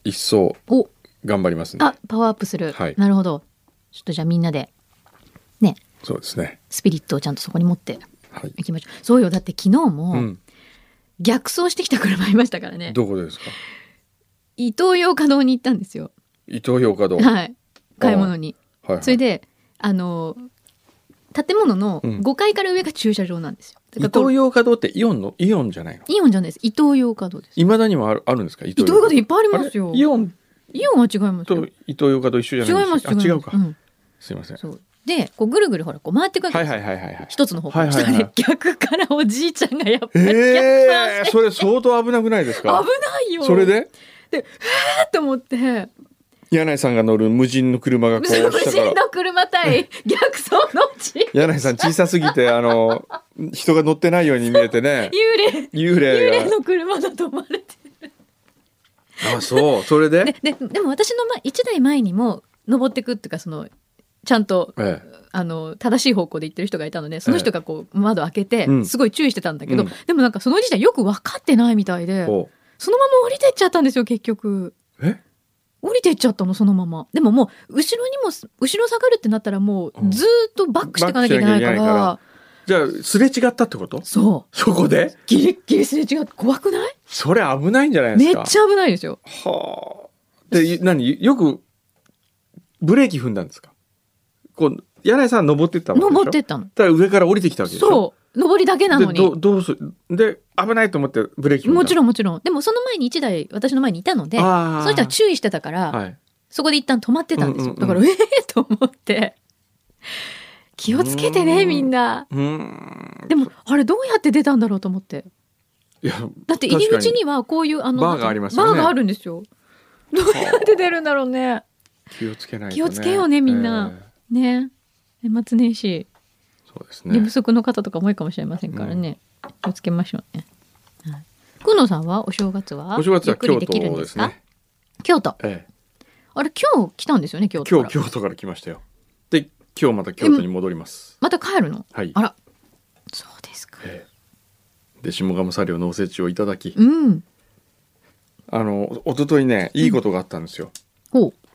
[SPEAKER 5] 一層
[SPEAKER 4] お
[SPEAKER 5] 頑張りますね
[SPEAKER 4] あパワーアップする、
[SPEAKER 5] はい
[SPEAKER 4] なるほどちょっとじゃあみんなでね
[SPEAKER 5] そうですね
[SPEAKER 4] スピリットをちゃんとそこに持って
[SPEAKER 5] はい
[SPEAKER 4] いきましょうそうよだって昨日
[SPEAKER 5] う
[SPEAKER 4] も
[SPEAKER 5] ん
[SPEAKER 4] 逆走してきた車いましたからね、
[SPEAKER 5] どこですか
[SPEAKER 4] 伊東洋華堂に行ったんですよ
[SPEAKER 5] 伊東洋華堂はい
[SPEAKER 4] はい買い物に
[SPEAKER 5] はい
[SPEAKER 4] それであの建物の
[SPEAKER 5] うん
[SPEAKER 4] 5階から上が駐車場なんですよ。
[SPEAKER 5] 伊
[SPEAKER 4] だからこう
[SPEAKER 5] 東洋華堂ってイオンのイオンじゃないの
[SPEAKER 4] イオンじゃないです。伊東洋華堂です。
[SPEAKER 5] いまだにもあるあるんですか伊
[SPEAKER 4] 伊東洋華堂いっぱいあり
[SPEAKER 5] あ
[SPEAKER 4] ま
[SPEAKER 5] れ
[SPEAKER 4] すよ。
[SPEAKER 5] イ
[SPEAKER 4] イオ
[SPEAKER 5] オン
[SPEAKER 4] ンは違います
[SPEAKER 5] と
[SPEAKER 4] よ。
[SPEAKER 5] 伊東洋華堂一緒
[SPEAKER 4] 違
[SPEAKER 5] じゃない
[SPEAKER 4] います
[SPEAKER 5] あ違うか、
[SPEAKER 4] ん、
[SPEAKER 5] すいませんは
[SPEAKER 4] そうでこうぐるぐるほらこう回ってくわ
[SPEAKER 5] い
[SPEAKER 4] け
[SPEAKER 5] は
[SPEAKER 4] で
[SPEAKER 5] い
[SPEAKER 4] すよ、
[SPEAKER 5] はいはいはい
[SPEAKER 4] 一つの方向に、
[SPEAKER 5] はいはいはい
[SPEAKER 4] そしたらね逆からおじいちゃんがやっぱり逆
[SPEAKER 5] え
[SPEAKER 4] 走
[SPEAKER 5] ー、
[SPEAKER 4] して
[SPEAKER 5] それ相当危なくないです
[SPEAKER 4] 危
[SPEAKER 5] か
[SPEAKER 4] ないよ
[SPEAKER 5] それで
[SPEAKER 4] えっと思って
[SPEAKER 5] 柳井さんが乗る無人の車がこう
[SPEAKER 4] 無
[SPEAKER 5] 下から
[SPEAKER 4] 人の車 対逆走のうち
[SPEAKER 5] 柳井さん小さすぎてあの人が乗ってないように見えてね
[SPEAKER 4] 幽霊
[SPEAKER 5] 幽
[SPEAKER 4] 幽
[SPEAKER 5] 霊が
[SPEAKER 4] 霊の車だと思われて
[SPEAKER 5] あそうそれで
[SPEAKER 4] でででも私の前一台前にも登ってくっていうかそのちゃんと
[SPEAKER 5] え
[SPEAKER 4] あの正しい方向で行ってる人がいたのでその人がこう窓開けて
[SPEAKER 5] うん
[SPEAKER 4] すごい注意してたんだけど、
[SPEAKER 5] うん
[SPEAKER 4] でもなんかその時点よく分かってないみたい
[SPEAKER 5] え
[SPEAKER 4] で
[SPEAKER 5] ほ
[SPEAKER 4] そのまま降りてっちゃったんですよ結局
[SPEAKER 5] うえ
[SPEAKER 4] 降りてっちゃったのそのままでももう後ろにも後ろ下がるってなったらもう
[SPEAKER 5] うん
[SPEAKER 4] ずーっとバックしていかなきゃいけないから,、
[SPEAKER 5] バックしなきゃいけないかじゃあすれ違ったってこと
[SPEAKER 4] そ
[SPEAKER 5] そこで
[SPEAKER 4] うギリッギリすれ違う怖くない
[SPEAKER 5] それ危ないんじゃないで
[SPEAKER 4] め
[SPEAKER 5] す
[SPEAKER 4] っ
[SPEAKER 5] か
[SPEAKER 4] ちゃ危ないですよ
[SPEAKER 5] はあ。で、い何よく、ブレーキ踏んだんですかこう、柳井さんは登ってったわけでしょ
[SPEAKER 4] 登ってったの
[SPEAKER 5] たら上から降りてきたわけでしょ
[SPEAKER 4] そう上りだけなの
[SPEAKER 5] で、
[SPEAKER 4] に
[SPEAKER 5] どどうするで、危ないと思ってブレーキ踏んだ
[SPEAKER 4] もちろんもちろんでもその前に1台私の前にいたのでそ
[SPEAKER 5] あー
[SPEAKER 4] の人は注意してたから、
[SPEAKER 5] はい。
[SPEAKER 4] そこで一旦止まってたんです
[SPEAKER 5] うん
[SPEAKER 4] よ。
[SPEAKER 5] うんうん
[SPEAKER 4] だから、ええ と思って。気をつけてね、
[SPEAKER 5] うん
[SPEAKER 4] みんな。
[SPEAKER 5] うーん。
[SPEAKER 4] でも、あれどうやって出たんだろうと思って。
[SPEAKER 5] いや、
[SPEAKER 4] だって入り
[SPEAKER 5] 確
[SPEAKER 4] 口
[SPEAKER 5] か
[SPEAKER 4] にはこういう、あの、
[SPEAKER 5] バーがありますよね
[SPEAKER 4] バーがあるんですよ。どうやって出るんだろうね。
[SPEAKER 5] 気をつけないと、
[SPEAKER 4] 気
[SPEAKER 5] ね。
[SPEAKER 4] をつけようねみんな
[SPEAKER 5] ええ
[SPEAKER 4] ね。年末年始、
[SPEAKER 5] そうです
[SPEAKER 4] 寝
[SPEAKER 5] ね
[SPEAKER 4] 不。足の方とかも多いかもしれませんからね。気をつけましょうね。はい久野さんはお正月は
[SPEAKER 5] お正月
[SPEAKER 4] ゆっ
[SPEAKER 5] は
[SPEAKER 4] くり
[SPEAKER 5] 京
[SPEAKER 4] できるん
[SPEAKER 5] 都
[SPEAKER 4] で
[SPEAKER 5] ですす
[SPEAKER 4] か
[SPEAKER 5] ね。
[SPEAKER 4] 京都。
[SPEAKER 5] ええ、
[SPEAKER 4] あれ、今日来たんですよね、京都
[SPEAKER 5] 今
[SPEAKER 4] か
[SPEAKER 5] 日、
[SPEAKER 4] ら。
[SPEAKER 5] 京都から来ましたよ。で、今日また京都に戻ります。
[SPEAKER 4] また帰るの
[SPEAKER 5] はい
[SPEAKER 4] あ。ら。そうですか。
[SPEAKER 5] ええで、下鴨サリオのおせちをいただき、
[SPEAKER 4] うん。
[SPEAKER 5] あの、おとといね、いいことがあったんですよ。
[SPEAKER 4] ほう。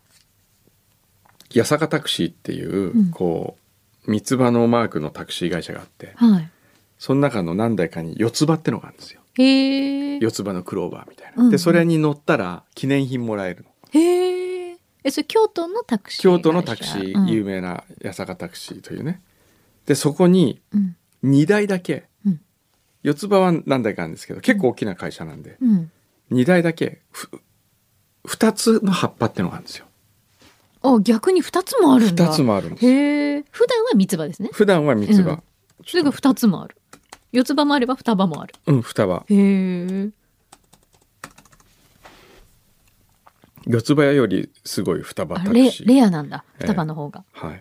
[SPEAKER 5] 八坂タクシーっていう、
[SPEAKER 4] うん
[SPEAKER 5] こう三つ葉のマークのタクシー会社があって
[SPEAKER 4] はい。
[SPEAKER 5] その中の何台かに四つ葉ってのがあるんですよ
[SPEAKER 4] へえ。
[SPEAKER 5] 四つ葉のクローバーみたいな、
[SPEAKER 4] うんうん
[SPEAKER 5] でそれに乗ったら記念品もらえるの
[SPEAKER 4] へえ。え、それ京都のタクシー。
[SPEAKER 5] 京都のタクシー、有
[SPEAKER 4] 名。
[SPEAKER 5] 名な八坂タクシーというねでそこに
[SPEAKER 4] うん。
[SPEAKER 5] 2台だけ、
[SPEAKER 4] うん
[SPEAKER 5] 四つ葉は何台かあるんですけど結構大きな会社なんで
[SPEAKER 4] うん。
[SPEAKER 5] 2台だけふ2つの葉っぱってのがあるんですよ
[SPEAKER 4] あ、逆に二つもあるんだ。
[SPEAKER 5] 2つ。もあるんです
[SPEAKER 4] へえ。普段は三つ葉ですね。
[SPEAKER 5] 普段は三つ葉、
[SPEAKER 4] うんそれが二つもある。四つ葉もあれば二葉もある。
[SPEAKER 5] うん二葉
[SPEAKER 4] へえ。
[SPEAKER 5] 四つ葉よりすごい二葉
[SPEAKER 4] あ
[SPEAKER 5] タク
[SPEAKER 4] レ
[SPEAKER 5] シー
[SPEAKER 4] レアなんだ。
[SPEAKER 5] ええ
[SPEAKER 4] 二葉の方が。
[SPEAKER 5] は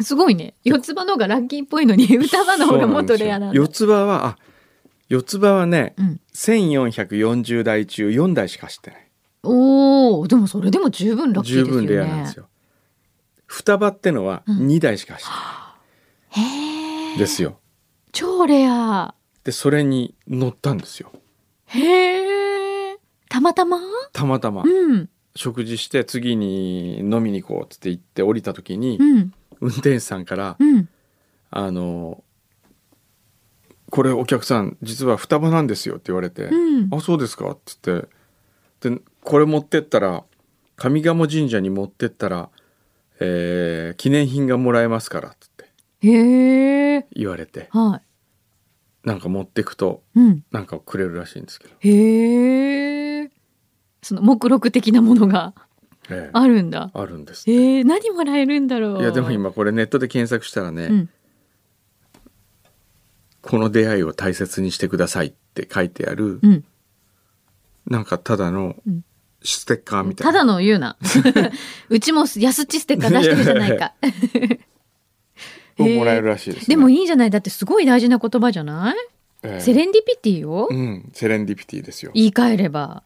[SPEAKER 5] い
[SPEAKER 4] すごいね。四つ葉の方がランキンっぽいのに、二葉の方がもっとレアなんだ。
[SPEAKER 5] そうですよ四つ葉はあ四つ葉はね、
[SPEAKER 4] うん。
[SPEAKER 5] 1440台中4台しか走ってない
[SPEAKER 4] おお、でもそれでも十分ラッキー
[SPEAKER 5] 十
[SPEAKER 4] ですよ
[SPEAKER 5] 分
[SPEAKER 4] ね。
[SPEAKER 5] レアなんですよ双葉ってのは
[SPEAKER 4] うん
[SPEAKER 5] 2台しか走ってな
[SPEAKER 4] へ
[SPEAKER 5] い、
[SPEAKER 4] え。
[SPEAKER 5] ですよ
[SPEAKER 4] 超レア。
[SPEAKER 5] でそれに乗ったんですよ
[SPEAKER 4] へえ。たまたま。
[SPEAKER 5] たまたま
[SPEAKER 4] うん。
[SPEAKER 5] 食事して次に飲みに行こうっつって言って降りた時に、
[SPEAKER 4] うん。
[SPEAKER 5] 運転手さんから「
[SPEAKER 4] うん。
[SPEAKER 5] あのこれお客さん実は双葉なんですよ」って言われて「
[SPEAKER 4] うん
[SPEAKER 5] あそうですか」っつってでこれ持ってったら上賀茂神社に持ってったら、えー記念品がもらえますからっつって
[SPEAKER 4] へえ。
[SPEAKER 5] 言われて
[SPEAKER 4] は
[SPEAKER 5] なんか持ってくと
[SPEAKER 4] うん。
[SPEAKER 5] なんかくれるらしいんですけど、
[SPEAKER 4] へえ。その目録的なものが
[SPEAKER 5] ええ
[SPEAKER 4] あるんだ。
[SPEAKER 5] あるんですって
[SPEAKER 4] えー、何もらえるんだろう。
[SPEAKER 5] いやでも。今これネットで検索したらね、
[SPEAKER 4] うん。
[SPEAKER 5] この出会いを大切にしてくださいって書いてある、
[SPEAKER 4] うん。
[SPEAKER 5] なんかただの
[SPEAKER 4] うん
[SPEAKER 5] ステッカーみたい
[SPEAKER 4] た
[SPEAKER 5] な、
[SPEAKER 4] だの言う な。うちも安っちステッカー出してるじゃないか。
[SPEAKER 5] をもらえるらしいです、ね、
[SPEAKER 4] でもいいじゃない。だってすごい大事な言葉じゃない、
[SPEAKER 5] ええ
[SPEAKER 4] セレンディピティを
[SPEAKER 5] うん、セレンディピティですよ
[SPEAKER 4] 言い換えれば。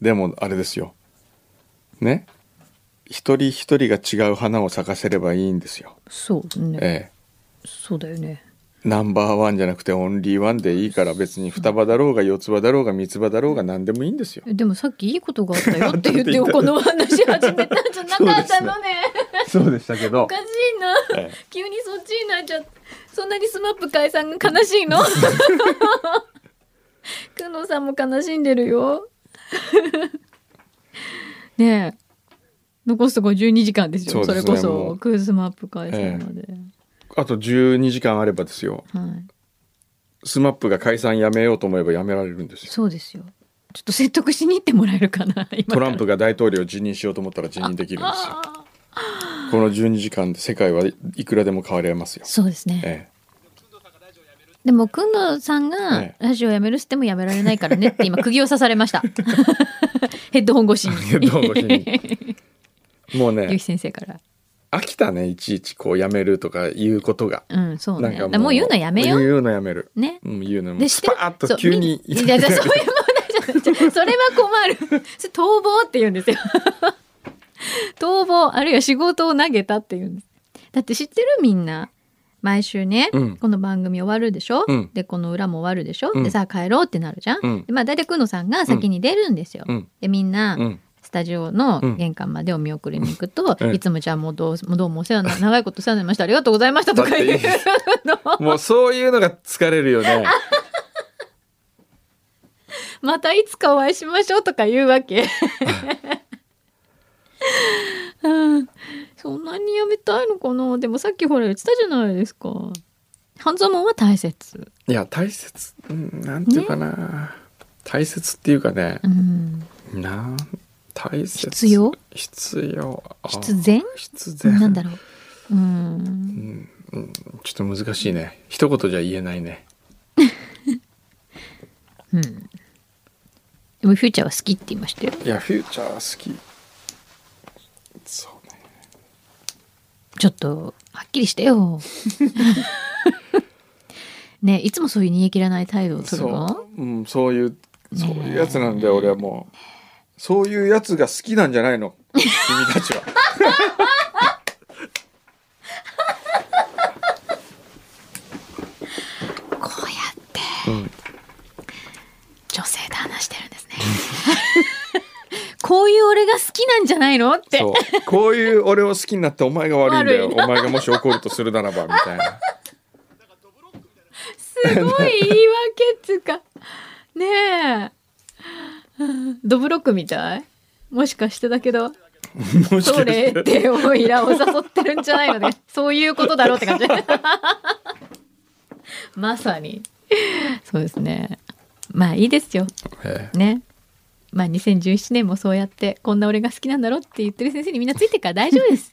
[SPEAKER 5] でもあれですよね一人一人が違う花を咲かせればいいんですよ、
[SPEAKER 4] そうね。
[SPEAKER 5] ええ
[SPEAKER 4] そうだよね。
[SPEAKER 5] ナンバーワンじゃなくてオンリーワンでいいから別に双葉だろうが四つ葉だろうが三つ葉だろうが何でもいいん ですよ。
[SPEAKER 4] でもさっきいいことがあったよって言ってこの話始めたんじゃなかったのね。
[SPEAKER 5] そうでしたけど
[SPEAKER 4] おかしいな。
[SPEAKER 5] ええ
[SPEAKER 4] 急にそっちになっちゃった。そんなにスマップ解散が悲しいの くのさんも悲しんでるよ。 ねえ。残すとこ12時間ですよ。そ
[SPEAKER 5] そ
[SPEAKER 4] う
[SPEAKER 5] ですね
[SPEAKER 4] れこ
[SPEAKER 5] も
[SPEAKER 4] そうクーズマップ解散まで。
[SPEAKER 5] あと12時間あればですよ
[SPEAKER 4] はい。
[SPEAKER 5] スマップが解散やめようと思えばやめられるんですよ。
[SPEAKER 4] そうですよ。ちょっと説得しに行ってもらえるかな。今か
[SPEAKER 5] ト
[SPEAKER 4] ら
[SPEAKER 5] ランプが大統領を辞任しようと思ったら辞任できるんですよ。
[SPEAKER 4] ああ
[SPEAKER 5] この12時間で世界はいくらでも変わ れますよ。
[SPEAKER 4] そうですね。
[SPEAKER 5] え
[SPEAKER 4] でも、くんどさんが
[SPEAKER 5] え
[SPEAKER 4] ラジオやめるっつってもやめられないからね って今、釘を刺されました。ヘッドホン越し
[SPEAKER 5] え、どうももう
[SPEAKER 4] ゆ
[SPEAKER 5] ね
[SPEAKER 4] き先生から。
[SPEAKER 5] 飽きたねいちいちこうやめるとかいうことが。
[SPEAKER 4] うん、そう
[SPEAKER 5] な
[SPEAKER 4] ね。
[SPEAKER 5] ん
[SPEAKER 4] だ
[SPEAKER 5] か
[SPEAKER 4] からも
[SPEAKER 5] もう
[SPEAKER 4] う言うのやめよう。
[SPEAKER 5] 言うのやめる。
[SPEAKER 4] ね。
[SPEAKER 5] うん、言うのも
[SPEAKER 4] で
[SPEAKER 5] うスパーッと急に
[SPEAKER 4] そうみいや、じゃあそういう問題じゃない。それは困る。 それ逃亡って言うんですよ。 逃亡、あるいは仕事を投げたっていうんです。だって知ってるみんな。毎週ね、
[SPEAKER 5] うん
[SPEAKER 4] この番組終わるでしょ、
[SPEAKER 5] うん
[SPEAKER 4] で、この裏も終わるでしょ、
[SPEAKER 5] うん
[SPEAKER 4] で、さあ帰ろうってなるじゃん、
[SPEAKER 5] うん
[SPEAKER 4] でまあ、大体くのさんが先に出るんですよ。
[SPEAKER 5] うん
[SPEAKER 4] で、みんな、
[SPEAKER 5] うん
[SPEAKER 4] スタジオの玄関までお見送りに行くと、
[SPEAKER 5] うん
[SPEAKER 4] いつもじゃあもうどうもうどうもお世話にな長いことお世話になりましたありがとうございましたとか言う
[SPEAKER 5] だ
[SPEAKER 4] の
[SPEAKER 5] もうそういうのが疲れるよね。
[SPEAKER 4] またいつかお会いしましょうとか言うわ け。うんそんなにやめたいのかなでもさっきほら言ってたじゃないですか。半蔵門は大切。
[SPEAKER 5] いや大切、うん、なんていうかな、大切っていうかね
[SPEAKER 4] う、ん。
[SPEAKER 5] なん大切
[SPEAKER 4] 必要
[SPEAKER 5] 必要あ
[SPEAKER 4] 必然
[SPEAKER 5] 必然
[SPEAKER 4] なんだろう。うん。
[SPEAKER 5] ちょっと難しいね一言じゃ言えないね
[SPEAKER 4] でもフューチャーは好きって言いましたよ。
[SPEAKER 5] いやフューチャー好きそうね
[SPEAKER 4] ちょっと、はっきりして よ。ねいつもそういう逃げ切らない態度を取るの
[SPEAKER 5] そう、うん、そういうそういうやつなんだよ俺はもうそういうやつが好きなんじゃないの君 たちは
[SPEAKER 4] こうやって、女性と話してるんですね。 こういう俺が好きなんじゃないのって。
[SPEAKER 5] そうこういう俺を好きになってお前が悪いんだよ
[SPEAKER 4] 悪い
[SPEAKER 5] お
[SPEAKER 4] な
[SPEAKER 5] 前がもし怒るとするならばみたいな
[SPEAKER 4] すごい言い訳っつうか。ねえ。ドブロックみたいもしかしてだけど、
[SPEAKER 5] もしか
[SPEAKER 4] そ
[SPEAKER 5] し
[SPEAKER 4] れ
[SPEAKER 5] て
[SPEAKER 4] っておいらを誘ってるんじゃないのね。そういうことだろうって感じ。 まさに。そうですね。まあいいですよ。
[SPEAKER 5] え
[SPEAKER 4] ね。まあ2017年もそうやって、こんな俺が好きなんだろうって言ってる先生にみんなついてるから大丈夫です。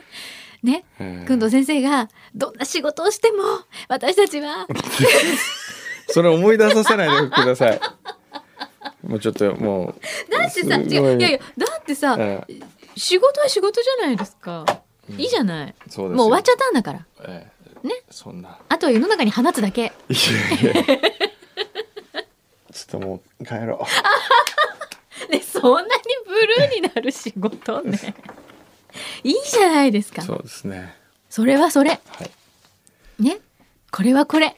[SPEAKER 4] ね。
[SPEAKER 5] えええ
[SPEAKER 4] くんど先生が、どんな仕事をしても、私たちは、
[SPEAKER 5] それ思い出させないでください。もうちょっとも
[SPEAKER 4] だってさ、
[SPEAKER 5] すごい
[SPEAKER 4] 違ういやいや、だって
[SPEAKER 5] う、
[SPEAKER 4] さ、
[SPEAKER 5] ええ
[SPEAKER 4] 仕事は仕事じゃないですか。いいじゃない。
[SPEAKER 5] そうですよ
[SPEAKER 4] もう終わっちゃったんだから。
[SPEAKER 5] ええ
[SPEAKER 4] ね
[SPEAKER 5] そんな。
[SPEAKER 4] あとは世の中に放つだけ。
[SPEAKER 5] いやいや。ちょっともう帰ろ
[SPEAKER 4] ね、そんなにブルーになる仕事ね。いいじゃないです
[SPEAKER 5] う。
[SPEAKER 4] か。
[SPEAKER 5] そうですね。
[SPEAKER 4] それはそれ。
[SPEAKER 5] はい。
[SPEAKER 4] ね。これはこれ。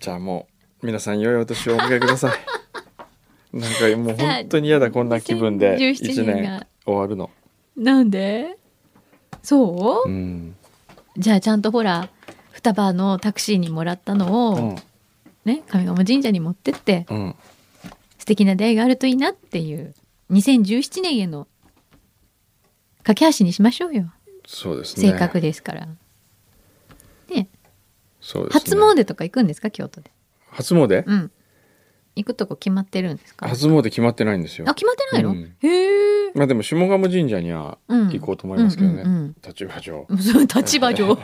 [SPEAKER 5] じゃあもう皆さん良いお年をお迎えください。なんかもう本当に嫌だこんな気分で
[SPEAKER 4] 2017
[SPEAKER 5] 一
[SPEAKER 4] 年
[SPEAKER 5] 年
[SPEAKER 4] が
[SPEAKER 5] 終わるの。
[SPEAKER 4] なんでそう
[SPEAKER 5] う、ん。
[SPEAKER 4] じゃあちゃんとほら双葉のタクシーにもらったのを、
[SPEAKER 5] うん
[SPEAKER 4] ね上賀茂神社に持ってって
[SPEAKER 5] うん。
[SPEAKER 4] 素敵な出会いがあるといいなっていう2017年への架け橋にしましょうよ
[SPEAKER 5] そうですね。
[SPEAKER 4] 性格ですから。ね
[SPEAKER 5] そうです
[SPEAKER 4] 初
[SPEAKER 5] ね
[SPEAKER 4] 詣とか行くんですか京都で
[SPEAKER 5] 初詣
[SPEAKER 4] うん行くとこ決まってるんですかあ
[SPEAKER 5] 初詣決まってないんですよ
[SPEAKER 4] 決まってないの、
[SPEAKER 5] うん
[SPEAKER 4] へえ
[SPEAKER 5] まあでも下鴨神社には
[SPEAKER 4] うん
[SPEAKER 5] 行こうと思いますけどね、
[SPEAKER 4] うんうん
[SPEAKER 5] 立場上
[SPEAKER 4] そう立場上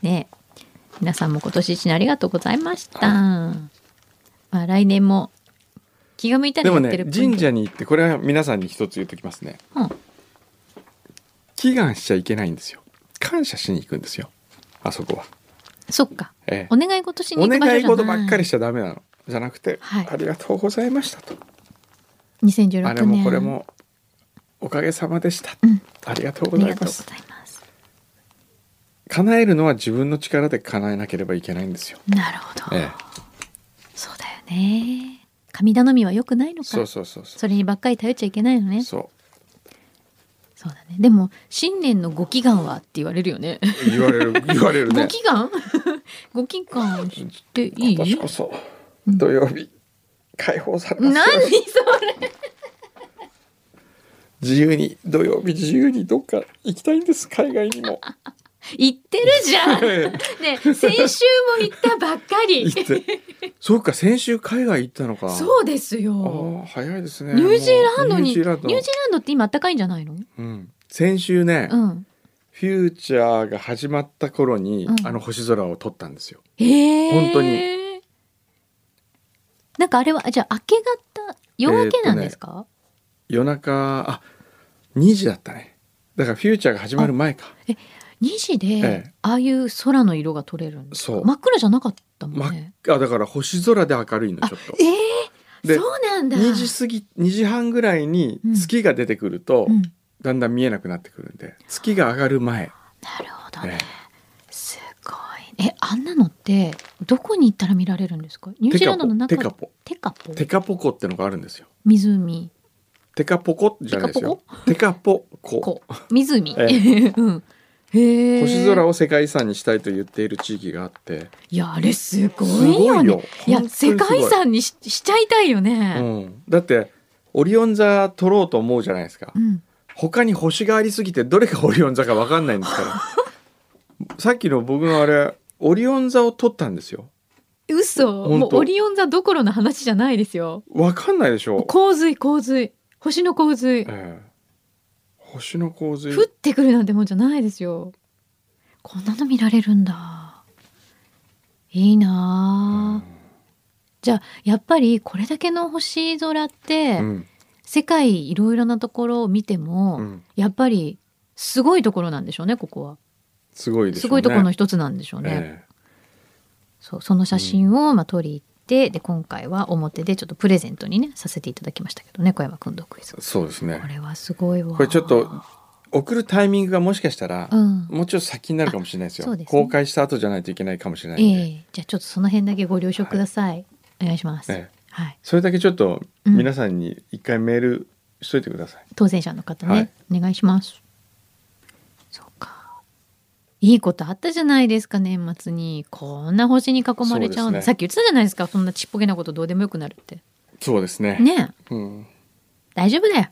[SPEAKER 4] ねえ皆さんも今年一年ありがとうございました、まあ来年も気が向いたら
[SPEAKER 5] でも
[SPEAKER 4] やってる
[SPEAKER 5] ね
[SPEAKER 4] っぽいけど
[SPEAKER 5] 神社に行ってこれは皆さんに一つ言っときますね
[SPEAKER 4] うん
[SPEAKER 5] 祈願しちゃいけないんですよ感謝しに行くんですよあそこは、
[SPEAKER 4] そっか
[SPEAKER 5] ええ
[SPEAKER 4] お願い事しに行
[SPEAKER 5] お
[SPEAKER 4] く場所じゃな
[SPEAKER 5] 願
[SPEAKER 4] い
[SPEAKER 5] い事ばっかりしちゃダメなのじゃなくて、
[SPEAKER 4] はい
[SPEAKER 5] ありがとうございましたと
[SPEAKER 4] 2016年
[SPEAKER 5] あれもこれもおかげさまでした、
[SPEAKER 4] ん
[SPEAKER 5] ありがとう
[SPEAKER 4] あ
[SPEAKER 5] ご
[SPEAKER 4] り
[SPEAKER 5] ざ
[SPEAKER 4] が
[SPEAKER 5] い
[SPEAKER 4] とうご
[SPEAKER 5] ます
[SPEAKER 4] ざいます
[SPEAKER 5] 叶えるのは自分の力で叶えなければいけないんですよ、
[SPEAKER 4] なるほど、
[SPEAKER 5] ええ、
[SPEAKER 4] そうだよね神頼みは良くないのか
[SPEAKER 5] そうそうそうそ
[SPEAKER 4] それにばっかり頼っちゃいけないの
[SPEAKER 5] う
[SPEAKER 4] ね
[SPEAKER 5] そ
[SPEAKER 4] そうだねでも新年のご祈願はって言われるよね
[SPEAKER 5] う言われる言われる
[SPEAKER 4] ご
[SPEAKER 5] ね
[SPEAKER 4] 祈願 ご祈願していい
[SPEAKER 5] 私こそ土曜日解放されますよ
[SPEAKER 4] 何それ
[SPEAKER 5] 自由に土曜日自由にどっか行きたいんです海外にも
[SPEAKER 4] 言ってるじゃんね
[SPEAKER 5] え
[SPEAKER 4] え先週も言ったばっか
[SPEAKER 5] え
[SPEAKER 4] り
[SPEAKER 5] 行ってそうか先週海外行ったのか
[SPEAKER 4] そうです
[SPEAKER 5] あ
[SPEAKER 4] よ
[SPEAKER 5] ー早いですね
[SPEAKER 4] ニュージーランドにニ
[SPEAKER 5] もうニュージ
[SPEAKER 4] ュー
[SPEAKER 5] ー
[SPEAKER 4] ジー
[SPEAKER 5] ラ
[SPEAKER 4] ラン
[SPEAKER 5] ンド
[SPEAKER 4] ドって今暖かいんじゃないの
[SPEAKER 5] うん、先週ね、
[SPEAKER 4] うん
[SPEAKER 5] フューチャーが始まった頃に、
[SPEAKER 4] うん
[SPEAKER 5] あの星空を撮ったんですよ
[SPEAKER 4] へえ
[SPEAKER 5] 本当
[SPEAKER 4] になんかあれはじゃあ明け方夜明けなんですか、
[SPEAKER 5] 夜中あ2時だったねだからフューチャーが始まる前か
[SPEAKER 4] 2時
[SPEAKER 5] え
[SPEAKER 4] で
[SPEAKER 5] え
[SPEAKER 4] ああいう空の色が取れるんですか
[SPEAKER 5] そう
[SPEAKER 4] 真っ暗じゃなかったも
[SPEAKER 5] ま
[SPEAKER 4] んね、
[SPEAKER 5] あだから星空で明るいのちょっと
[SPEAKER 4] ええ
[SPEAKER 5] で
[SPEAKER 4] そうなんだ
[SPEAKER 5] 2時過ぎ2時半ぐらいに
[SPEAKER 4] うん
[SPEAKER 5] 月が出てくると、
[SPEAKER 4] うん、な
[SPEAKER 5] だんだん見えなくなってくるんで月が上がる前、
[SPEAKER 4] るほど
[SPEAKER 5] え
[SPEAKER 4] ね、すごいえあんなのってどこに行ったら見られるんですかニュージーランドの中
[SPEAKER 5] テカポ
[SPEAKER 4] テカポ
[SPEAKER 5] えテカポコってのがあるんですよ
[SPEAKER 4] 湖
[SPEAKER 5] テカポコじゃないですよテカポコ
[SPEAKER 4] こ湖、
[SPEAKER 5] え
[SPEAKER 4] うんへえ
[SPEAKER 5] 星空を世界遺産にしたいと言っている地域があって
[SPEAKER 4] いやあれすご
[SPEAKER 5] す
[SPEAKER 4] いよ
[SPEAKER 5] ごい
[SPEAKER 4] ね
[SPEAKER 5] よ
[SPEAKER 4] いや世
[SPEAKER 5] 本当にすごい
[SPEAKER 4] 界遺産にししちゃいたいよ
[SPEAKER 5] う
[SPEAKER 4] ね。
[SPEAKER 5] ん、だってオリオン座取ろうと思うじゃないですか、
[SPEAKER 4] うん、
[SPEAKER 5] 他に星がありすぎてどれがオリオン座か分かんないんですから さっきの僕のあれオリオン座を取ったんですよ
[SPEAKER 4] 嘘
[SPEAKER 5] 本
[SPEAKER 4] も
[SPEAKER 5] 当
[SPEAKER 4] うオリオン座どころの話じゃないですよ。
[SPEAKER 5] 分かんないでしょ、
[SPEAKER 4] 洪水洪水星の洪水
[SPEAKER 5] ええ星の洪水
[SPEAKER 4] 降ってくるなんてもんじゃないですよ。こんなの見られるんだ。いいなあ、じゃあやっぱりこれだけの星空って、
[SPEAKER 5] うん
[SPEAKER 4] 世界いろいろなところを見ても、
[SPEAKER 5] うん
[SPEAKER 4] やっぱりすごいところなんでしょうねここは。
[SPEAKER 5] すごいでしょ
[SPEAKER 4] す
[SPEAKER 5] うね
[SPEAKER 4] ごいところの一つなんでしょうね。
[SPEAKER 5] え
[SPEAKER 4] そうその写真をまあ撮りに行って、で今回は表でちょっとプレゼントにねさせていただきましたけどね小山君のクイズ
[SPEAKER 5] え。そうです
[SPEAKER 4] こ
[SPEAKER 5] ね
[SPEAKER 4] れはすごいわ。
[SPEAKER 5] これちょっと送るタイミングがもしかしたら、
[SPEAKER 4] うん
[SPEAKER 5] もうちょっと先になるかもしれないですよ
[SPEAKER 4] あそうですね
[SPEAKER 5] 公開した後じゃないといけないかもしれな
[SPEAKER 4] え
[SPEAKER 5] いんで、
[SPEAKER 4] えじゃあちょっとその辺だけご了承ください。お願いします。
[SPEAKER 5] ええ
[SPEAKER 4] はい
[SPEAKER 5] それだけちょっと
[SPEAKER 4] うん
[SPEAKER 5] 皆さんに一回メールしといてください、
[SPEAKER 4] 当選者の方ね、
[SPEAKER 5] はい
[SPEAKER 4] お願いします。そうか。いいことあったじゃないですか年末にこんな星に囲まれちゃうの
[SPEAKER 5] そうですね
[SPEAKER 4] さっき言ってたじゃないですかそんなちっぽけなことどうでもよくなるって
[SPEAKER 5] そうですね
[SPEAKER 4] ねえ
[SPEAKER 5] うん、
[SPEAKER 4] 大丈夫だよ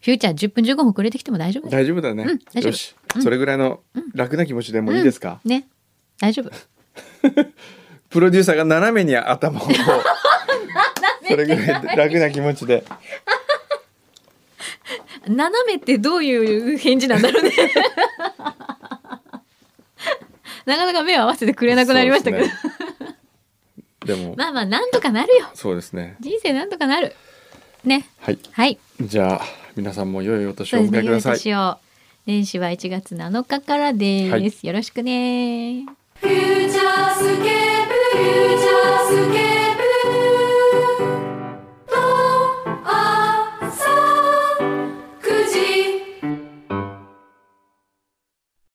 [SPEAKER 4] フューチャー10分15分遅れてきても大丈夫だよ
[SPEAKER 5] 大丈夫だね、
[SPEAKER 4] うん大丈夫
[SPEAKER 5] よし、それぐらいの楽な気持ちでもういいですか、
[SPEAKER 4] ね大丈夫
[SPEAKER 5] プロデューサーが斜めに 頭をこうそれぐらい楽な気持ちで
[SPEAKER 4] 斜めってどういう返事なんだろ うねなかなか目を合わせてくれなく なりましたけど、
[SPEAKER 5] そうですねでも
[SPEAKER 4] まあまあなんとかなるよ
[SPEAKER 5] そうですね
[SPEAKER 4] 人生なんとかなるね
[SPEAKER 5] はい
[SPEAKER 4] はい
[SPEAKER 5] じゃあ皆さんも良いお年
[SPEAKER 4] そ
[SPEAKER 5] を
[SPEAKER 4] う
[SPEAKER 5] お
[SPEAKER 4] です
[SPEAKER 5] 迎
[SPEAKER 4] ね
[SPEAKER 5] えください
[SPEAKER 4] 年を年始は1月7日からです、
[SPEAKER 5] はい
[SPEAKER 4] よろしくね